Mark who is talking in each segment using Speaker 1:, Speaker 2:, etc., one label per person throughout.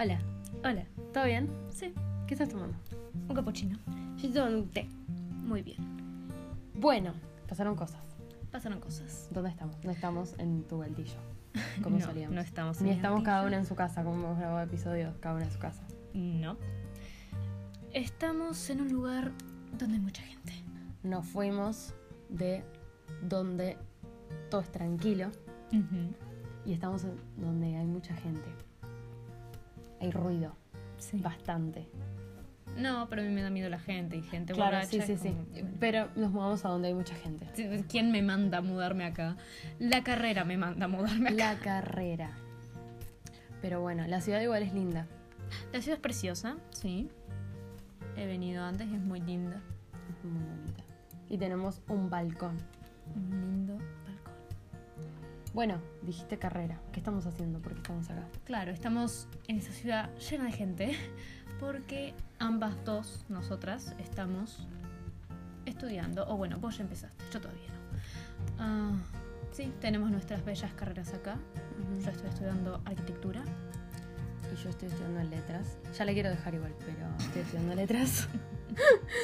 Speaker 1: Hola,
Speaker 2: Hola,
Speaker 1: ¿todo bien?
Speaker 2: sí,
Speaker 1: ¿Qué estás tomando?
Speaker 2: un capuchino.
Speaker 1: Yo estoy tomando un té.
Speaker 2: Muy bien,
Speaker 1: Bueno, pasaron cosas.
Speaker 2: pasaron cosas.
Speaker 1: ¿Dónde estamos? No estamos en tu altillo, como
Speaker 2: no,
Speaker 1: solíamos.
Speaker 2: No estamos
Speaker 1: Ni
Speaker 2: en
Speaker 1: estamos
Speaker 2: Artillo.
Speaker 1: cada una en su casa, como hemos grabado episodios, cada una en su casa.
Speaker 2: No. Estamos en un lugar donde hay mucha gente.
Speaker 1: Nos fuimos de donde todo es tranquilo y estamos en donde hay mucha gente. Hay ruido,
Speaker 2: Sí.
Speaker 1: bastante.
Speaker 2: No, pero a mí me da miedo la gente y gente borracha.
Speaker 1: sí, sí,
Speaker 2: es
Speaker 1: sí.
Speaker 2: como- bueno.
Speaker 1: Pero nos mudamos a donde hay mucha gente.
Speaker 2: ¿Quién me manda a mudarme acá? La carrera me manda a mudarme acá.
Speaker 1: La carrera. Pero bueno, la ciudad igual es linda.
Speaker 2: La ciudad es preciosa, sí. He venido antes y es muy linda.
Speaker 1: Es muy bonita. Y tenemos un balcón.
Speaker 2: Un lindo balcón.
Speaker 1: Bueno, dijiste carrera. ¿Qué estamos haciendo? ¿Por qué estamos acá?
Speaker 2: Claro, estamos en esa ciudad llena de gente porque ambas dos, nosotras, estamos estudiando. O bueno, vos ya empezaste, yo todavía no. Ah, sí, tenemos nuestras bellas carreras acá. Yo estoy estudiando arquitectura.
Speaker 1: Y yo estoy estudiando letras. Ya la quiero dejar igual, pero estoy estudiando letras.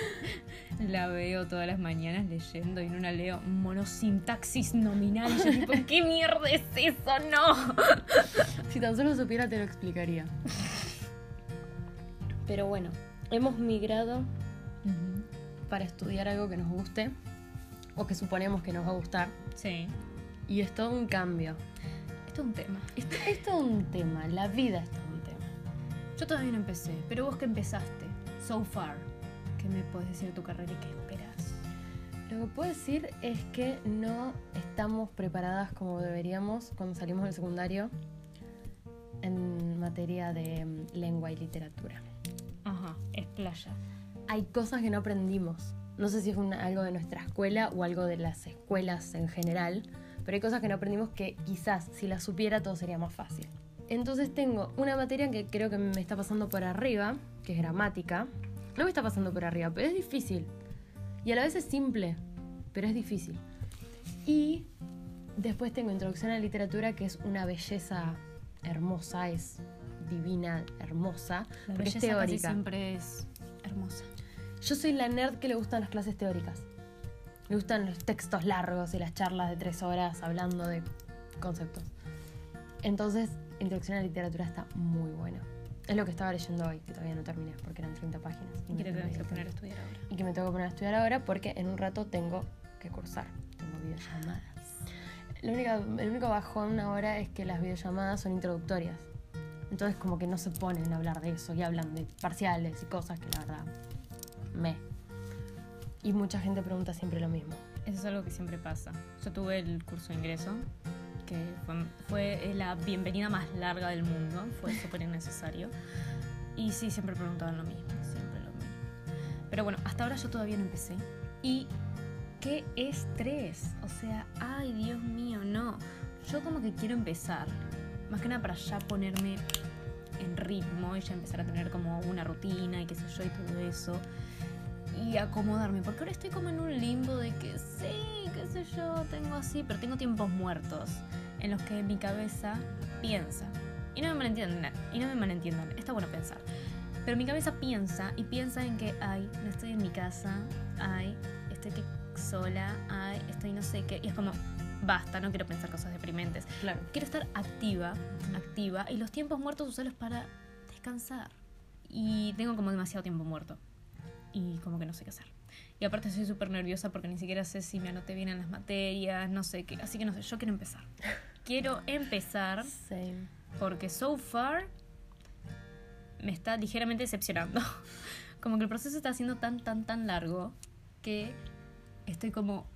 Speaker 2: La veo todas las mañanas leyendo y en una leo monosintaxis nominal. Y yo tipo, ¿qué mierda es eso? ¡No!
Speaker 1: si tan solo supiera te lo explicaría. Pero bueno, hemos migrado para estudiar algo que nos guste o que suponemos que nos va a gustar.
Speaker 2: Sí.
Speaker 1: Y es todo un cambio.
Speaker 2: Esto es un tema.
Speaker 1: Es, es todo un tema. La vida es todo un tema.
Speaker 2: Yo todavía no empecé, pero vos que empezaste, so far, ¿qué me puedes decir de tu carrera y qué esperas?
Speaker 1: Lo que puedo decir es que no estamos preparadas como deberíamos cuando salimos del secundario en materia de mm, lengua y literatura.
Speaker 2: Ajá, es playa.
Speaker 1: Hay cosas que no aprendimos. No sé si es una- algo de nuestra escuela o algo de las escuelas en general, pero hay cosas que no aprendimos que quizás si las supiera todo sería más fácil. Entonces tengo una materia que creo que me está pasando por arriba, que es gramática. No me está pasando por arriba, pero es difícil. Y a la vez es simple, pero es difícil. Y después tengo introducción a la literatura, que es una belleza hermosa, es divina, hermosa,
Speaker 2: La
Speaker 1: porque es
Speaker 2: belleza casi
Speaker 1: teórica.
Speaker 2: siempre es hermosa.
Speaker 1: Yo soy la nerd que le gustan las clases teóricas. Le gustan los textos largos y las charlas de tres horas hablando de conceptos. Entonces, Introducción a la Literatura está muy buena. Es lo que estaba leyendo hoy, que todavía no terminé porque eran 30 páginas.
Speaker 2: Y que te
Speaker 1: no
Speaker 2: tenés que
Speaker 1: terminé.
Speaker 2: poner a estudiar ahora.
Speaker 1: Y que me tengo que poner a estudiar ahora porque en un rato tengo que cursar. Tengo videollamadas. Lo única- el único bajón ahora es que las videollamadas son introductorias. Entonces como que no se ponen a hablar de eso y hablan de parciales y cosas que la verdad me. Y mucha gente pregunta siempre lo mismo.
Speaker 2: Eso es algo que siempre pasa. Yo tuve el curso de ingreso, que fue, fue eh, la bienvenida más larga del mundo, fue súper innecesario. Y sí, siempre preguntaban lo mismo, siempre lo mismo. Pero bueno, hasta ahora yo todavía no empecé. Y qué estrés, o sea, ay Dios mío, no. Yo como que quiero empezar, más que nada para ya ponerme en ritmo y ya empezar a tener como una rutina y qué sé yo y todo eso y acomodarme, porque ahora estoy como en un limbo de que sí, qué sé yo, tengo así, pero tengo tiempos muertos en los que mi cabeza piensa. Y no me malentiendan, y no me malentiendan, está bueno pensar. Pero mi cabeza piensa y piensa en que, ay, no estoy en mi casa, ay, estoy que sola, ay, estoy no sé qué. Y es como, basta, no quiero pensar cosas deprimentes.
Speaker 1: Claro.
Speaker 2: Quiero estar activa, activa, y los tiempos muertos usarlos para descansar. Y tengo como demasiado tiempo muerto. Y como que no sé qué hacer. Y aparte soy súper nerviosa porque ni siquiera sé si me anoté bien en las materias, no sé qué. Así que no sé, yo quiero empezar. Quiero empezar
Speaker 1: Same.
Speaker 2: porque so far me está ligeramente decepcionando. Como que el proceso está siendo tan, tan, tan largo que estoy como,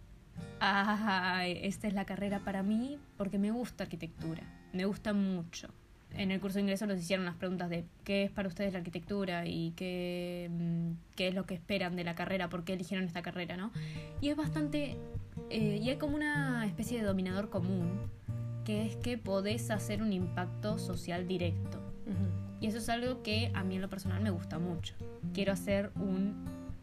Speaker 2: ay, esta es la carrera para mí porque me gusta arquitectura, me gusta mucho. En el curso de ingreso nos hicieron las preguntas de qué es para ustedes la arquitectura y qué, mm, qué es lo que esperan de la carrera, por qué eligieron esta carrera, ¿no? Y es bastante, eh, y hay como una especie de dominador común que es que podés hacer un impacto social directo.
Speaker 1: Ujú.
Speaker 2: Y eso es algo que a mí en lo personal me gusta mucho. Quiero hacer un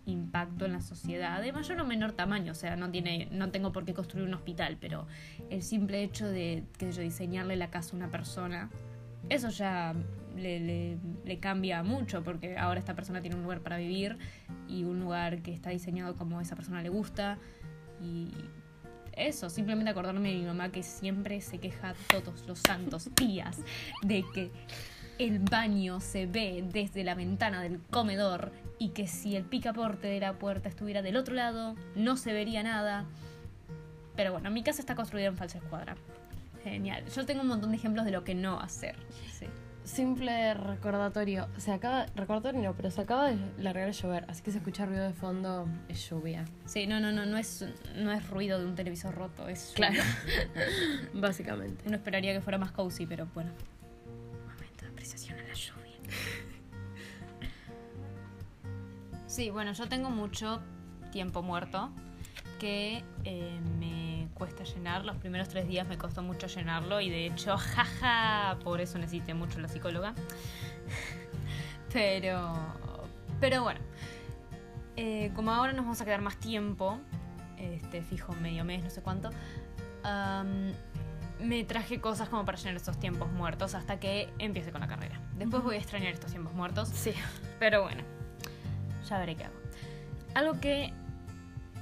Speaker 2: impacto en la sociedad de mayor o menor tamaño, o sea, no tiene no tengo por qué construir un hospital, pero el simple hecho de que yo diseñarle la casa a una persona, eso ya le, le- le cambia mucho, porque ahora esta persona tiene un lugar para vivir y un lugar que está diseñado como a esa persona le gusta. Y eso, simplemente acordarme de mi mamá que siempre se queja todos los santos días de que el baño se ve desde la ventana del comedor y que si el picaporte de la puerta estuviera del otro lado, no se vería nada. Pero bueno, mi casa está construida en falsa escuadra. Genial. Yo tengo un montón de ejemplos de lo que no hacer. Sí.
Speaker 1: Simple recordatorio. Se acaba, recordatorio no, pero se acaba de largar a llover, así que se escucha ruido de fondo, es lluvia.
Speaker 2: Sí, no, no, no, no es, no es ruido de un televisor roto, es...
Speaker 1: Claro. Básicamente.
Speaker 2: Uno esperaría que fuera más cozy, pero bueno. Momento de apreciación a la lluvia. Sí, bueno, yo tengo mucho tiempo muerto que eh, me cuesta llenar. Los primeros tres días me costó mucho llenarlo y de hecho, jaja, por eso necesité mucho la psicóloga. Pero, pero bueno, Eh, como ahora nos vamos a quedar más tiempo, este, fijo medio mes, no sé cuánto, am, me traje cosas como para llenar estos tiempos muertos hasta que empiece con la carrera. Después voy a extrañar estos tiempos muertos,
Speaker 1: Sí.
Speaker 2: pero bueno, ya veré qué hago. Algo que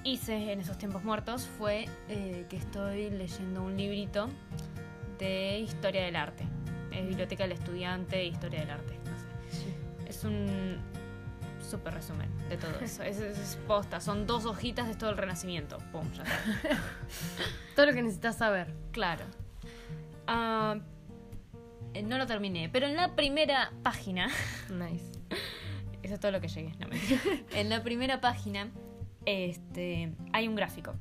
Speaker 2: hice en esos tiempos muertos fue eh, que estoy leyendo un librito de historia del arte. Es Biblioteca del Estudiante, Historia del Arte. no sé. Es un súper resumen de todo eso. Es, es- es posta, son dos hojitas de todo el Renacimiento. Pum, ya está.
Speaker 1: Todo lo que necesitas saber.
Speaker 2: Claro. Ah, eh, no lo terminé, pero en la primera página,
Speaker 1: Nice.
Speaker 2: eso es todo lo que llegué, no mentira. En la primera página este, hay un gráfico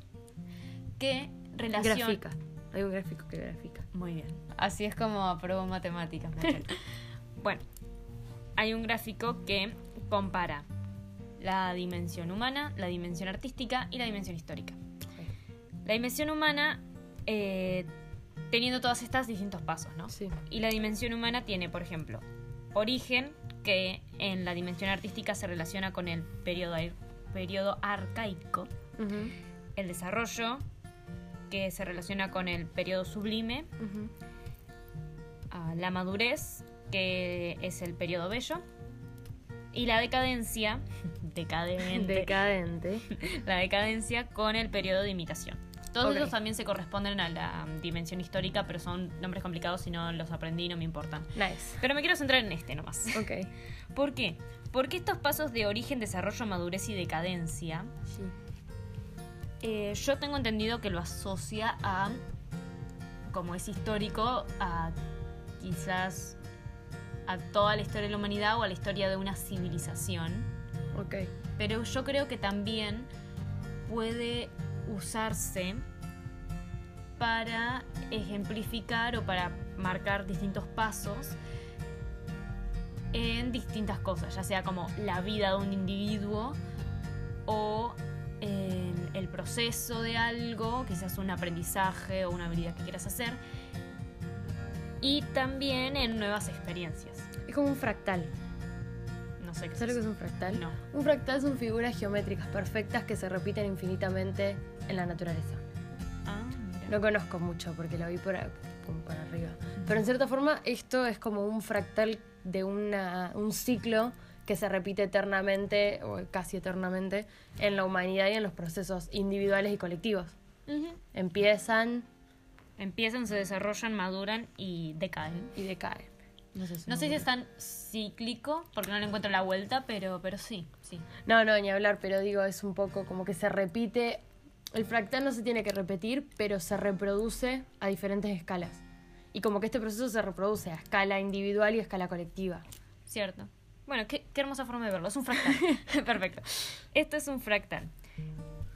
Speaker 2: que relaciona...
Speaker 1: Grafica. Hay un gráfico que grafica.
Speaker 2: Muy bien. Así es como apruebo matemáticas. muchachos. bueno, hay un gráfico que compara la dimensión humana, la dimensión artística y la dimensión histórica. La dimensión humana eh, teniendo todas estas distintos pasos, ¿no?
Speaker 1: Sí.
Speaker 2: Y la dimensión humana tiene, por ejemplo, origen, que en la dimensión artística se relaciona con el periodo, ar- periodo arcaico,
Speaker 1: Ujú,
Speaker 2: el desarrollo, que se relaciona con el periodo sublime,
Speaker 1: ujú.
Speaker 2: a la madurez, que es el periodo bello, y la decadencia, decadente,
Speaker 1: Decadente.
Speaker 2: la decadencia con el periodo de imitación. Todos
Speaker 1: Ok.
Speaker 2: ellos también se corresponden a la um, dimensión histórica, pero son nombres complicados y no los aprendí, no me importan.
Speaker 1: Nice.
Speaker 2: Pero me quiero centrar en este nomás.
Speaker 1: Ok.
Speaker 2: ¿Por qué? Porque estos pasos de origen, desarrollo, madurez y decadencia,
Speaker 1: Sí.
Speaker 2: eh, yo tengo entendido que lo asocia a, como es histórico, a quizás a toda la historia de la humanidad o a la historia de una civilización.
Speaker 1: Ok.
Speaker 2: Pero yo creo que también puede usarse para ejemplificar o para marcar distintos pasos en distintas cosas, ya sea como la vida de un individuo o en el proceso de algo, quizás un aprendizaje o una habilidad que quieras hacer, y también en nuevas experiencias.
Speaker 1: Es como un fractal.
Speaker 2: No sé qué
Speaker 1: ¿Sabes lo que es un fractal?
Speaker 2: No.
Speaker 1: Un fractal son figuras geométricas perfectas que se repiten infinitamente en la naturaleza.
Speaker 2: Ah, mira.
Speaker 1: No conozco mucho porque lo vi por, a- como por arriba. Pero en cierta forma esto es como un fractal de una, un ciclo que se repite eternamente o casi eternamente en la humanidad y en los procesos individuales y colectivos.
Speaker 2: Ujú.
Speaker 1: Empiezan
Speaker 2: Empiezan, se desarrollan, maduran y decaen.
Speaker 1: y decaen. No sé si,
Speaker 2: No sé si es tan cíclico, porque no le encuentro la vuelta, pero, pero sí, sí.
Speaker 1: No, no, ni hablar, pero digo, es un poco como que se repite. El fractal no se tiene que repetir, pero se reproduce a diferentes escalas. Y como que este proceso se reproduce a escala individual y a escala colectiva.
Speaker 2: Cierto. Bueno, qué, qué hermosa forma de verlo. Es un fractal. Perfecto. Esto es un fractal.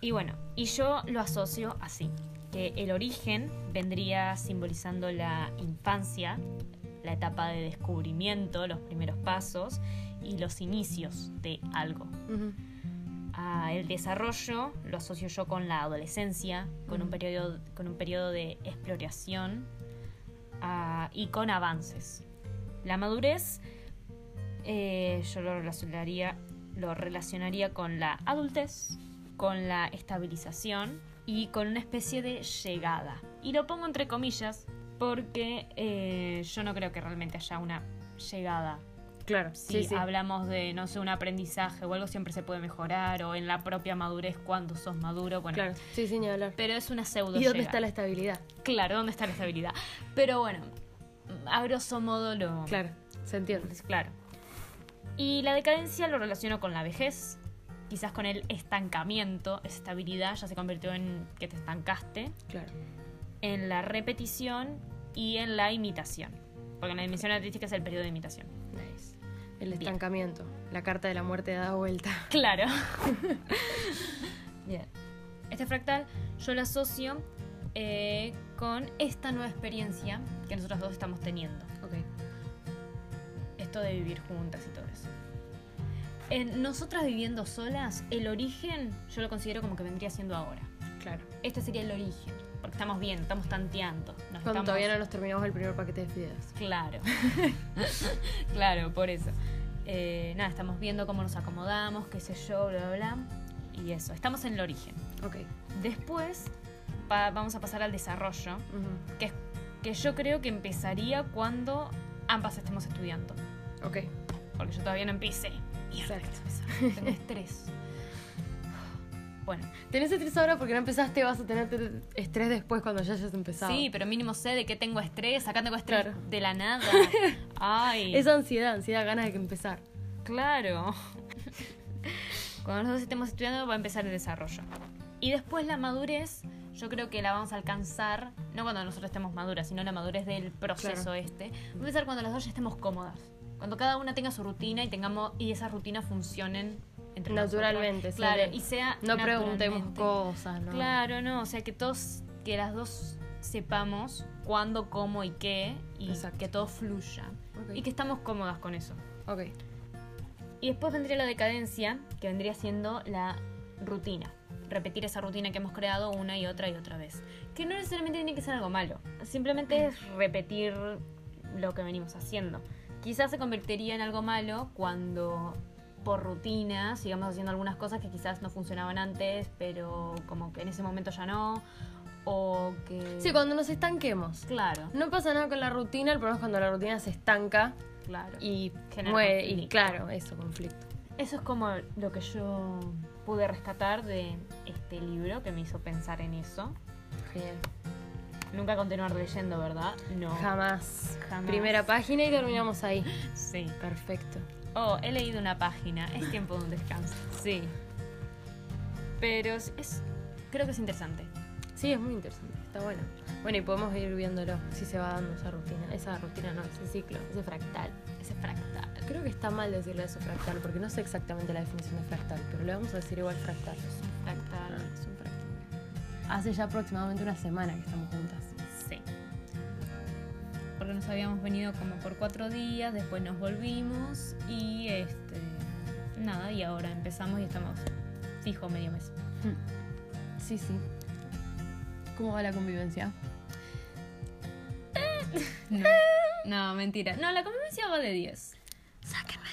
Speaker 2: Y bueno, y yo lo asocio así, que el origen vendría simbolizando la infancia, la etapa de descubrimiento, los primeros pasos y los inicios de algo. a el desarrollo lo asocio yo con la adolescencia, con un
Speaker 1: Ujú.
Speaker 2: periodo, con un periodo de exploración ah, y con avances. La madurez eh, yo lo relacionaría, lo relacionaría con la adultez, con la estabilización y con una especie de llegada. Y lo pongo entre comillas porque eh, yo no creo que realmente haya una llegada.
Speaker 1: Claro,
Speaker 2: Si
Speaker 1: sí, sí.
Speaker 2: hablamos de, no sé, un aprendizaje o algo, siempre se puede mejorar, o en la propia madurez cuando sos maduro, bueno.
Speaker 1: Claro, sí, sí, ni hablar.
Speaker 2: Pero es una pseudo
Speaker 1: ¿Y dónde
Speaker 2: llegada.
Speaker 1: está la estabilidad?
Speaker 2: Claro, ¿dónde está la estabilidad? Pero bueno, a grosso modo lo...
Speaker 1: Claro, se entiende.
Speaker 2: Pues, claro. Y la decadencia lo relaciono con la vejez, quizás con el estancamiento, estabilidad ya se convirtió en que te estancaste,
Speaker 1: Claro.
Speaker 2: en la repetición y en la imitación. Porque en la dimensión artística es el periodo de imitación.
Speaker 1: Nice. El estancamiento. La carta de la muerte da vuelta.
Speaker 2: Claro. Bien. Este fractal yo lo asocio eh, con esta nueva experiencia que nosotros dos estamos teniendo.
Speaker 1: Ok.
Speaker 2: esto de vivir juntas y todo eso. En nosotras viviendo solas, el origen yo lo considero como que vendría siendo ahora.
Speaker 1: Claro.
Speaker 2: Este sería el origen, porque estamos bien, estamos tanteando. Nos
Speaker 1: Cuando
Speaker 2: estamos...
Speaker 1: todavía no nos terminamos el primer paquete de fideos.
Speaker 2: Claro, claro, por eso. Eh, nada, estamos viendo cómo nos acomodamos, qué sé yo, bla, bla, bla. Y eso, estamos en el origen.
Speaker 1: Ok.
Speaker 2: Después pa- vamos a pasar al desarrollo,
Speaker 1: Ujú.
Speaker 2: que, es- que yo creo que empezaría cuando ambas estemos estudiando.
Speaker 1: Ok.
Speaker 2: Porque yo todavía no empecé. Mierda,
Speaker 1: Exacto.
Speaker 2: que empezar. Tengo estrés. Bueno,
Speaker 1: Tenés estrés ahora porque no empezaste, vas a tener te- estrés después cuando ya hayas empezado.
Speaker 2: sí, pero mínimo sé de qué tengo estrés. Acá tengo estrés
Speaker 1: Claro.
Speaker 2: de la nada. Ay.
Speaker 1: Es ansiedad, ansiedad, ganas de que empezar.
Speaker 2: Claro. Cuando nosotros estemos estudiando va a empezar el desarrollo. Y después la madurez, yo creo que la vamos a alcanzar, no cuando nosotros estemos maduras, sino la madurez del proceso
Speaker 1: Claro.
Speaker 2: este. Va a empezar cuando las dos ya estemos cómodas. Cuando cada una tenga su rutina y tengamos y esas rutinas funcionen entre
Speaker 1: Naturalmente,
Speaker 2: nosotras.
Speaker 1: sí,
Speaker 2: Claro,
Speaker 1: sí.
Speaker 2: y sea
Speaker 1: No preguntemos
Speaker 2: naturalmente.
Speaker 1: cosas, ¿no?
Speaker 2: Claro, no, o sea que todos que las dos sepamos cuándo, cómo y qué y
Speaker 1: Exacto.
Speaker 2: que todo fluya
Speaker 1: Ok.
Speaker 2: y que estamos cómodas con eso.
Speaker 1: Ok.
Speaker 2: Y después vendría la decadencia, que vendría siendo la rutina. Repetir esa rutina que hemos creado una y otra y otra vez. Que no necesariamente tiene que ser algo malo.
Speaker 1: Mm.
Speaker 2: Simplemente es repetir lo que venimos haciendo. Quizás se convertiría en algo malo cuando por rutina sigamos haciendo algunas cosas que quizás no funcionaban antes, pero como que en ese momento ya no. O que...
Speaker 1: Sí, cuando nos estanquemos.
Speaker 2: Claro,
Speaker 1: No pasa nada con la rutina, el problema es cuando la rutina se estanca
Speaker 2: claro.
Speaker 1: y
Speaker 2: Genera
Speaker 1: muere. Y
Speaker 2: conflicto.
Speaker 1: claro, eso, conflicto.
Speaker 2: Eso es como lo que yo pude rescatar de este libro que me hizo pensar en eso.
Speaker 1: Genial.
Speaker 2: Nunca continuar leyendo, ¿verdad? No.
Speaker 1: Jamás.
Speaker 2: Jamás.
Speaker 1: Primera página y terminamos ahí.
Speaker 2: Sí.
Speaker 1: Perfecto.
Speaker 2: Oh, he leído una página. Es tiempo de un descanso. Sí. Pero es, es- creo que es interesante.
Speaker 1: Sí, es muy interesante, está bueno. Bueno, y podemos ir viéndolo si se va dando esa rutina. Esa rutina no, ese ciclo, ese fractal.
Speaker 2: Ese fractal.
Speaker 1: Creo que está mal decirle eso fractal, porque no sé exactamente la definición de fractal, pero le vamos a decir igual fractal.
Speaker 2: Fractal.
Speaker 1: es un fractal. Hace ya aproximadamente una semana que estamos juntas.
Speaker 2: Sí. Porque nos habíamos venido como por cuatro días, después nos volvimos y este. Nada, y ahora empezamos y estamos fijo medio mes.
Speaker 1: Hmm. Sí, sí. ¿Cómo va la convivencia?
Speaker 2: No, no, mentira. No, la convivencia va de 10.
Speaker 1: Sáquenme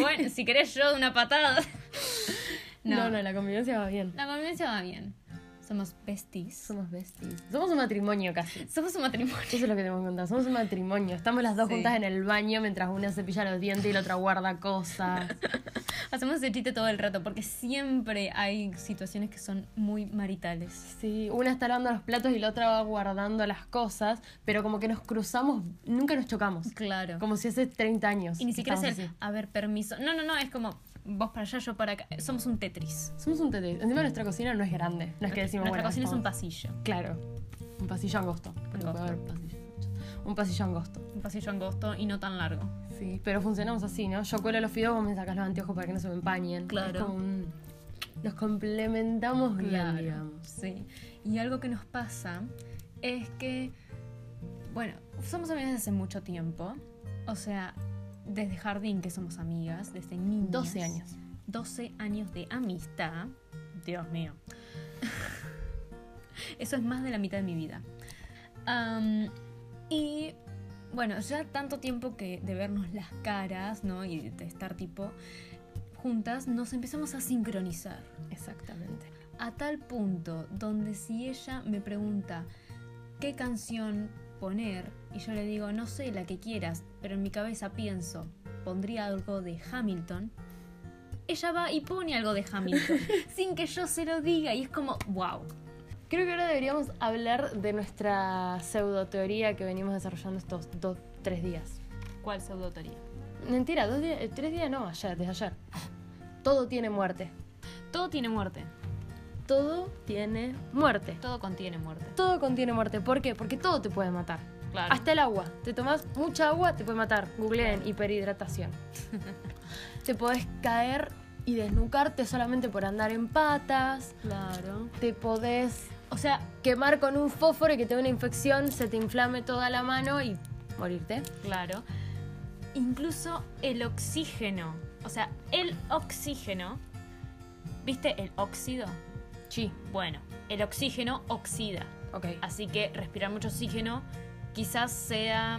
Speaker 1: acá.
Speaker 2: Bueno, si querés yo de una patada.
Speaker 1: No.
Speaker 2: No.
Speaker 1: no, la convivencia va bien.
Speaker 2: La convivencia va bien. Somos besties.
Speaker 1: Somos besties. Somos un matrimonio casi.
Speaker 2: Somos un matrimonio.
Speaker 1: Eso es lo que tenemos que contar. Somos un matrimonio. Estamos las dos
Speaker 2: Sí.
Speaker 1: juntas en el baño mientras una cepilla los dientes y la otra guarda cosas.
Speaker 2: Hacemos ese chiste todo el rato porque siempre hay situaciones que son muy maritales.
Speaker 1: Sí, una está lavando los platos y la otra va guardando las cosas, pero como que nos cruzamos, nunca nos chocamos.
Speaker 2: Claro.
Speaker 1: Como si hace 30 años.
Speaker 2: Y ni siquiera es
Speaker 1: estamos
Speaker 2: el,
Speaker 1: así.
Speaker 2: a ver, permiso. No, no, no, es como vos para allá, yo para acá. Somos un Tetris.
Speaker 1: Somos un tete. Encima nuestra cocina no es grande. No es que decimos,
Speaker 2: Nuestra
Speaker 1: bueno,
Speaker 2: cocina es un
Speaker 1: estamos-
Speaker 2: pasillo.
Speaker 1: Claro, un pasillo angosto. porque puede
Speaker 2: Angosto.
Speaker 1: haber pasillos anchos. Un pasillo angosto.
Speaker 2: Un pasillo angosto y no tan largo.
Speaker 1: Sí, pero funcionamos así, ¿no? Yo cuelo los fideos, vos me sacas los anteojos para que no se me empañen.
Speaker 2: Claro.
Speaker 1: Es como un- Nos complementamos
Speaker 2: Claro,
Speaker 1: bien, digamos.
Speaker 2: Sí. Y algo que nos pasa es que, bueno, somos amigas desde hace mucho tiempo. O sea, desde jardín que somos amigas, desde niñas.
Speaker 1: 12 años.
Speaker 2: 12 años de amistad. Dios mío. Eso es más de la mitad de mi vida. Am, y bueno, ya tanto tiempo que de vernos las caras, ¿no? Y de estar tipo juntas, nos empezamos a sincronizar
Speaker 1: Exactamente.
Speaker 2: a tal punto donde si ella me pregunta qué canción poner y yo le digo, no sé la que quieras, pero en mi cabeza pienso, pondría algo de Hamilton. Ella va y pone algo de Hamilton, sin que yo se lo diga, y es como, wow.
Speaker 1: Creo que ahora deberíamos hablar de nuestra pseudoteoría que venimos desarrollando estos dos, tres días.
Speaker 2: ¿Cuál pseudoteoría?
Speaker 1: Mentira, dos días- eh, tres días no, ayer, desde ayer. Todo tiene muerte.
Speaker 2: Todo tiene muerte,
Speaker 1: Todo tiene muerte.
Speaker 2: todo contiene muerte.
Speaker 1: Todo contiene muerte. ¿Por qué? Porque todo te puede matar.
Speaker 2: Claro.
Speaker 1: Hasta el agua. Te tomas mucha agua, te puede matar. Googleen hiperhidratación. te podés caer y desnucarte solamente por andar en patas.
Speaker 2: Claro.
Speaker 1: Te podés
Speaker 2: O sea,
Speaker 1: quemar con un fósforo y que te dé una infección, se te inflame toda la mano y morirte.
Speaker 2: claro. Incluso el oxígeno, o sea, el oxígeno, ¿viste el óxido?
Speaker 1: Sí,
Speaker 2: Bueno, el oxígeno oxida.
Speaker 1: ok.
Speaker 2: Así que respirar mucho oxígeno quizás sea...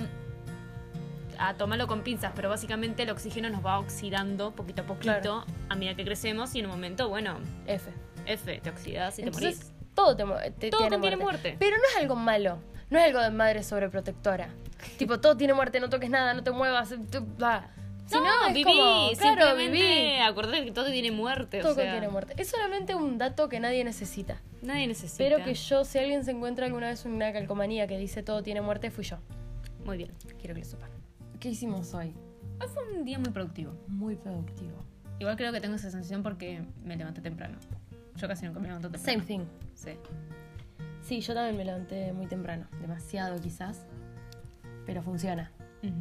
Speaker 2: A tomarlo con pinzas, pero básicamente el oxígeno nos va oxidando poquito a poquito
Speaker 1: Claro.
Speaker 2: a medida que crecemos y en un momento, bueno,
Speaker 1: F.
Speaker 2: F, te oxidas y
Speaker 1: Entonces,
Speaker 2: te morís.
Speaker 1: todo te, mu- te-
Speaker 2: Todo
Speaker 1: tiene,
Speaker 2: contiene
Speaker 1: muerte.
Speaker 2: muerte.
Speaker 1: Pero no es algo malo. No es algo de madre sobreprotectora. tipo, todo tiene muerte, no toques nada, no te muevas. eh, tú- va. Si
Speaker 2: no,
Speaker 1: es
Speaker 2: viví,
Speaker 1: como, claro,
Speaker 2: simplemente
Speaker 1: viví.
Speaker 2: acordate que todo tiene muerte,
Speaker 1: Todo
Speaker 2: o sea,
Speaker 1: contiene muerte. Es solamente un dato que nadie necesita.
Speaker 2: nadie necesita.
Speaker 1: Pero que yo, si alguien se encuentra alguna vez en una calcomanía que dice todo tiene muerte, fui yo.
Speaker 2: Muy bien.
Speaker 1: Quiero que lo sepan. ¿Qué hicimos hoy?
Speaker 2: Hoy fue un día muy productivo.
Speaker 1: Muy productivo.
Speaker 2: Igual creo que tengo esa sensación porque me levanté temprano. Yo casi nunca me levanto
Speaker 1: Same
Speaker 2: temprano.
Speaker 1: thing.
Speaker 2: Sí.
Speaker 1: Sí, yo también me levanté muy temprano, demasiado quizás, pero funciona.
Speaker 2: Ujú.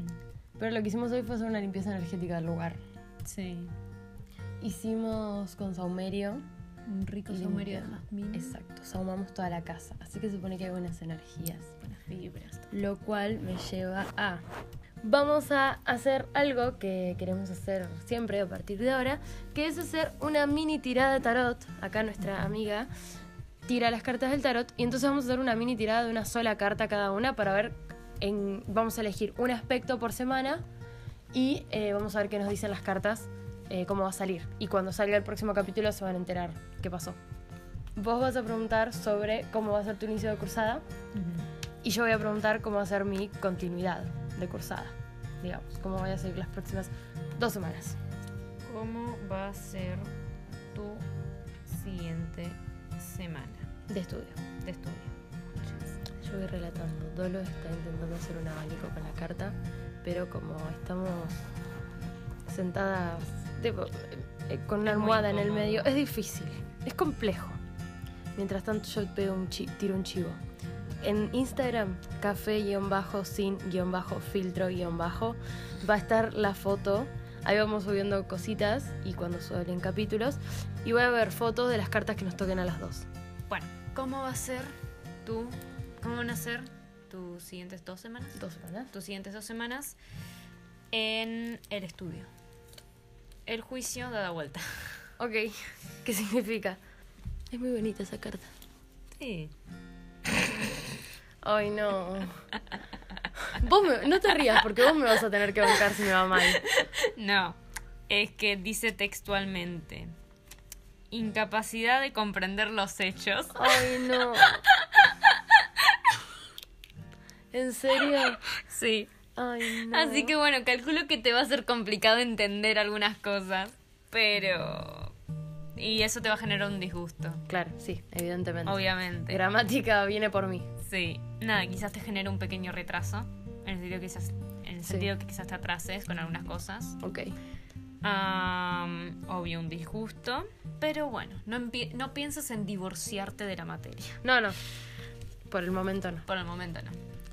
Speaker 1: Pero lo que hicimos hoy fue hacer una limpieza energética del lugar.
Speaker 2: Sí.
Speaker 1: Hicimos con saumerio.
Speaker 2: Un rico
Speaker 1: limpia.
Speaker 2: sumerio de jazmín.
Speaker 1: Exacto, saumamos toda la casa, así que se supone que hay buenas energías.
Speaker 2: Buenas vibras.
Speaker 1: Lo cual me lleva a... Vamos a hacer algo que queremos hacer siempre a partir de ahora, que es hacer una mini tirada de tarot. Acá nuestra amiga tira las cartas del tarot y entonces vamos a hacer una mini tirada de una sola carta cada una para ver, en, vamos a elegir un aspecto por semana y eh, vamos a ver qué nos dicen las cartas, eh, cómo va a salir. Y cuando salga el próximo capítulo se van a enterar qué pasó. Vos vas a preguntar sobre cómo va a ser tu inicio de cruzada
Speaker 2: Ujú.
Speaker 1: y yo voy a preguntar cómo va a ser mi continuidad de cursada, digamos, cómo voy a seguir las próximas dos semanas.
Speaker 2: ¿Cómo va a ser tu siguiente semana
Speaker 1: de estudio.
Speaker 2: de estudio?
Speaker 1: Yo voy relatando. Dolo está intentando hacer un abanico con la carta, pero como estamos sentadas tipo, eh, eh, con una
Speaker 2: Es muy
Speaker 1: almohada en el
Speaker 2: incómodo.
Speaker 1: medio, es difícil, es complejo. Mientras tanto yo pego un chi- tiro un chivo. En Instagram, café-sin-filtro- va a estar la foto. Ahí vamos subiendo cositas y cuando suben capítulos. Y voy a ver fotos de las cartas que nos toquen a las dos.
Speaker 2: Bueno, ¿cómo va a ser tu... ¿Cómo van a ser tus siguientes dos semanas?
Speaker 1: Dos semanas.
Speaker 2: tus siguientes dos semanas en el estudio. El juicio da la vuelta.
Speaker 1: Ok, ¿qué significa? Es muy bonita esa carta.
Speaker 2: Sí.
Speaker 1: Ay, no. Vos me- no te rías porque vos me vas a tener que bancar si me va mal.
Speaker 2: No, es que dice textualmente. Incapacidad de comprender los hechos.
Speaker 1: Ay, no. ¿En serio?
Speaker 2: Sí.
Speaker 1: Ay, no.
Speaker 2: Así que bueno, calculo que te va a ser complicado entender algunas cosas. Pero... Y eso te va a generar un disgusto.
Speaker 1: Claro, sí, evidentemente.
Speaker 2: Obviamente.
Speaker 1: Gramática viene por mí.
Speaker 2: Sí, nada, quizás te genere un pequeño retraso, en el sentido, quizás, en el
Speaker 1: Sí.
Speaker 2: sentido que quizás te atrases con algunas cosas.
Speaker 1: Ok.
Speaker 2: Am, obvio, un disgusto, pero bueno, no, empie- no pienses en divorciarte de la materia.
Speaker 1: No, no. Por el momento no.
Speaker 2: Por el momento no.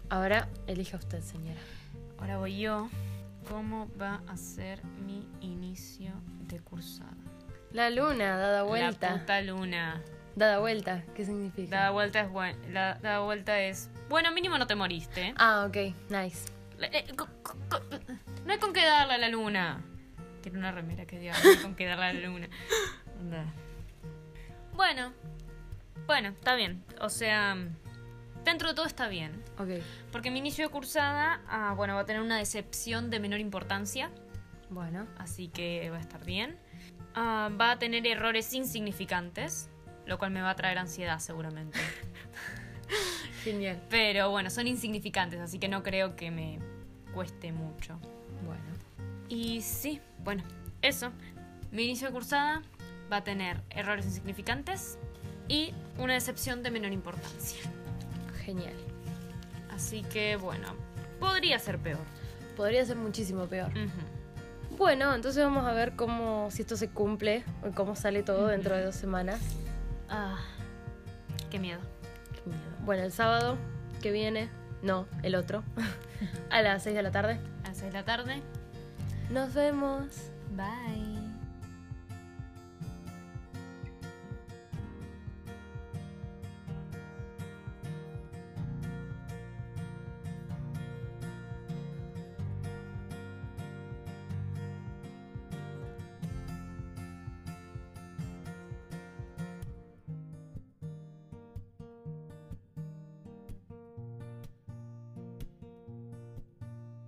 Speaker 1: Ahora elija usted, señora.
Speaker 2: Ahora voy yo. ¿Cómo va a ser mi inicio de cursada?
Speaker 1: La luna, dada vuelta.
Speaker 2: La puta luna.
Speaker 1: Dada vuelta, ¿qué significa?
Speaker 2: La vuelta es buen- La, la vuelta es. Bueno, mínimo no te moriste.
Speaker 1: Ah, ok, nice.
Speaker 2: La- eh, co- co- co- No hay con qué darle a la luna. Tiene una remera que diga, no hay con qué darle a la luna. Onda. Bueno, bueno, está bien. O sea, dentro de todo está bien.
Speaker 1: Ok,
Speaker 2: Porque mi inicio de cursada, ah, bueno, va a tener una decepción de menor importancia,
Speaker 1: bueno.
Speaker 2: así que va a estar bien. Ah, va a tener errores insignificantes, lo cual me va a traer ansiedad seguramente.
Speaker 1: Genial.
Speaker 2: Pero bueno, son insignificantes, así que no creo que me cueste mucho.
Speaker 1: Bueno.
Speaker 2: Y sí, bueno, eso. Mi inicio de cursada va a tener errores insignificantes y una decepción de menor importancia.
Speaker 1: Genial.
Speaker 2: Así que bueno, podría ser peor.
Speaker 1: Podría ser muchísimo peor.
Speaker 2: Ujú.
Speaker 1: Bueno, entonces vamos a ver cómo si esto se cumple o cómo sale todo dentro de dos semanas.
Speaker 2: Ah, qué miedo.
Speaker 1: Bueno, el sábado que viene, no, el otro, a las 6 de la tarde.
Speaker 2: A las seis de la tarde.
Speaker 1: Nos vemos.
Speaker 2: Bye.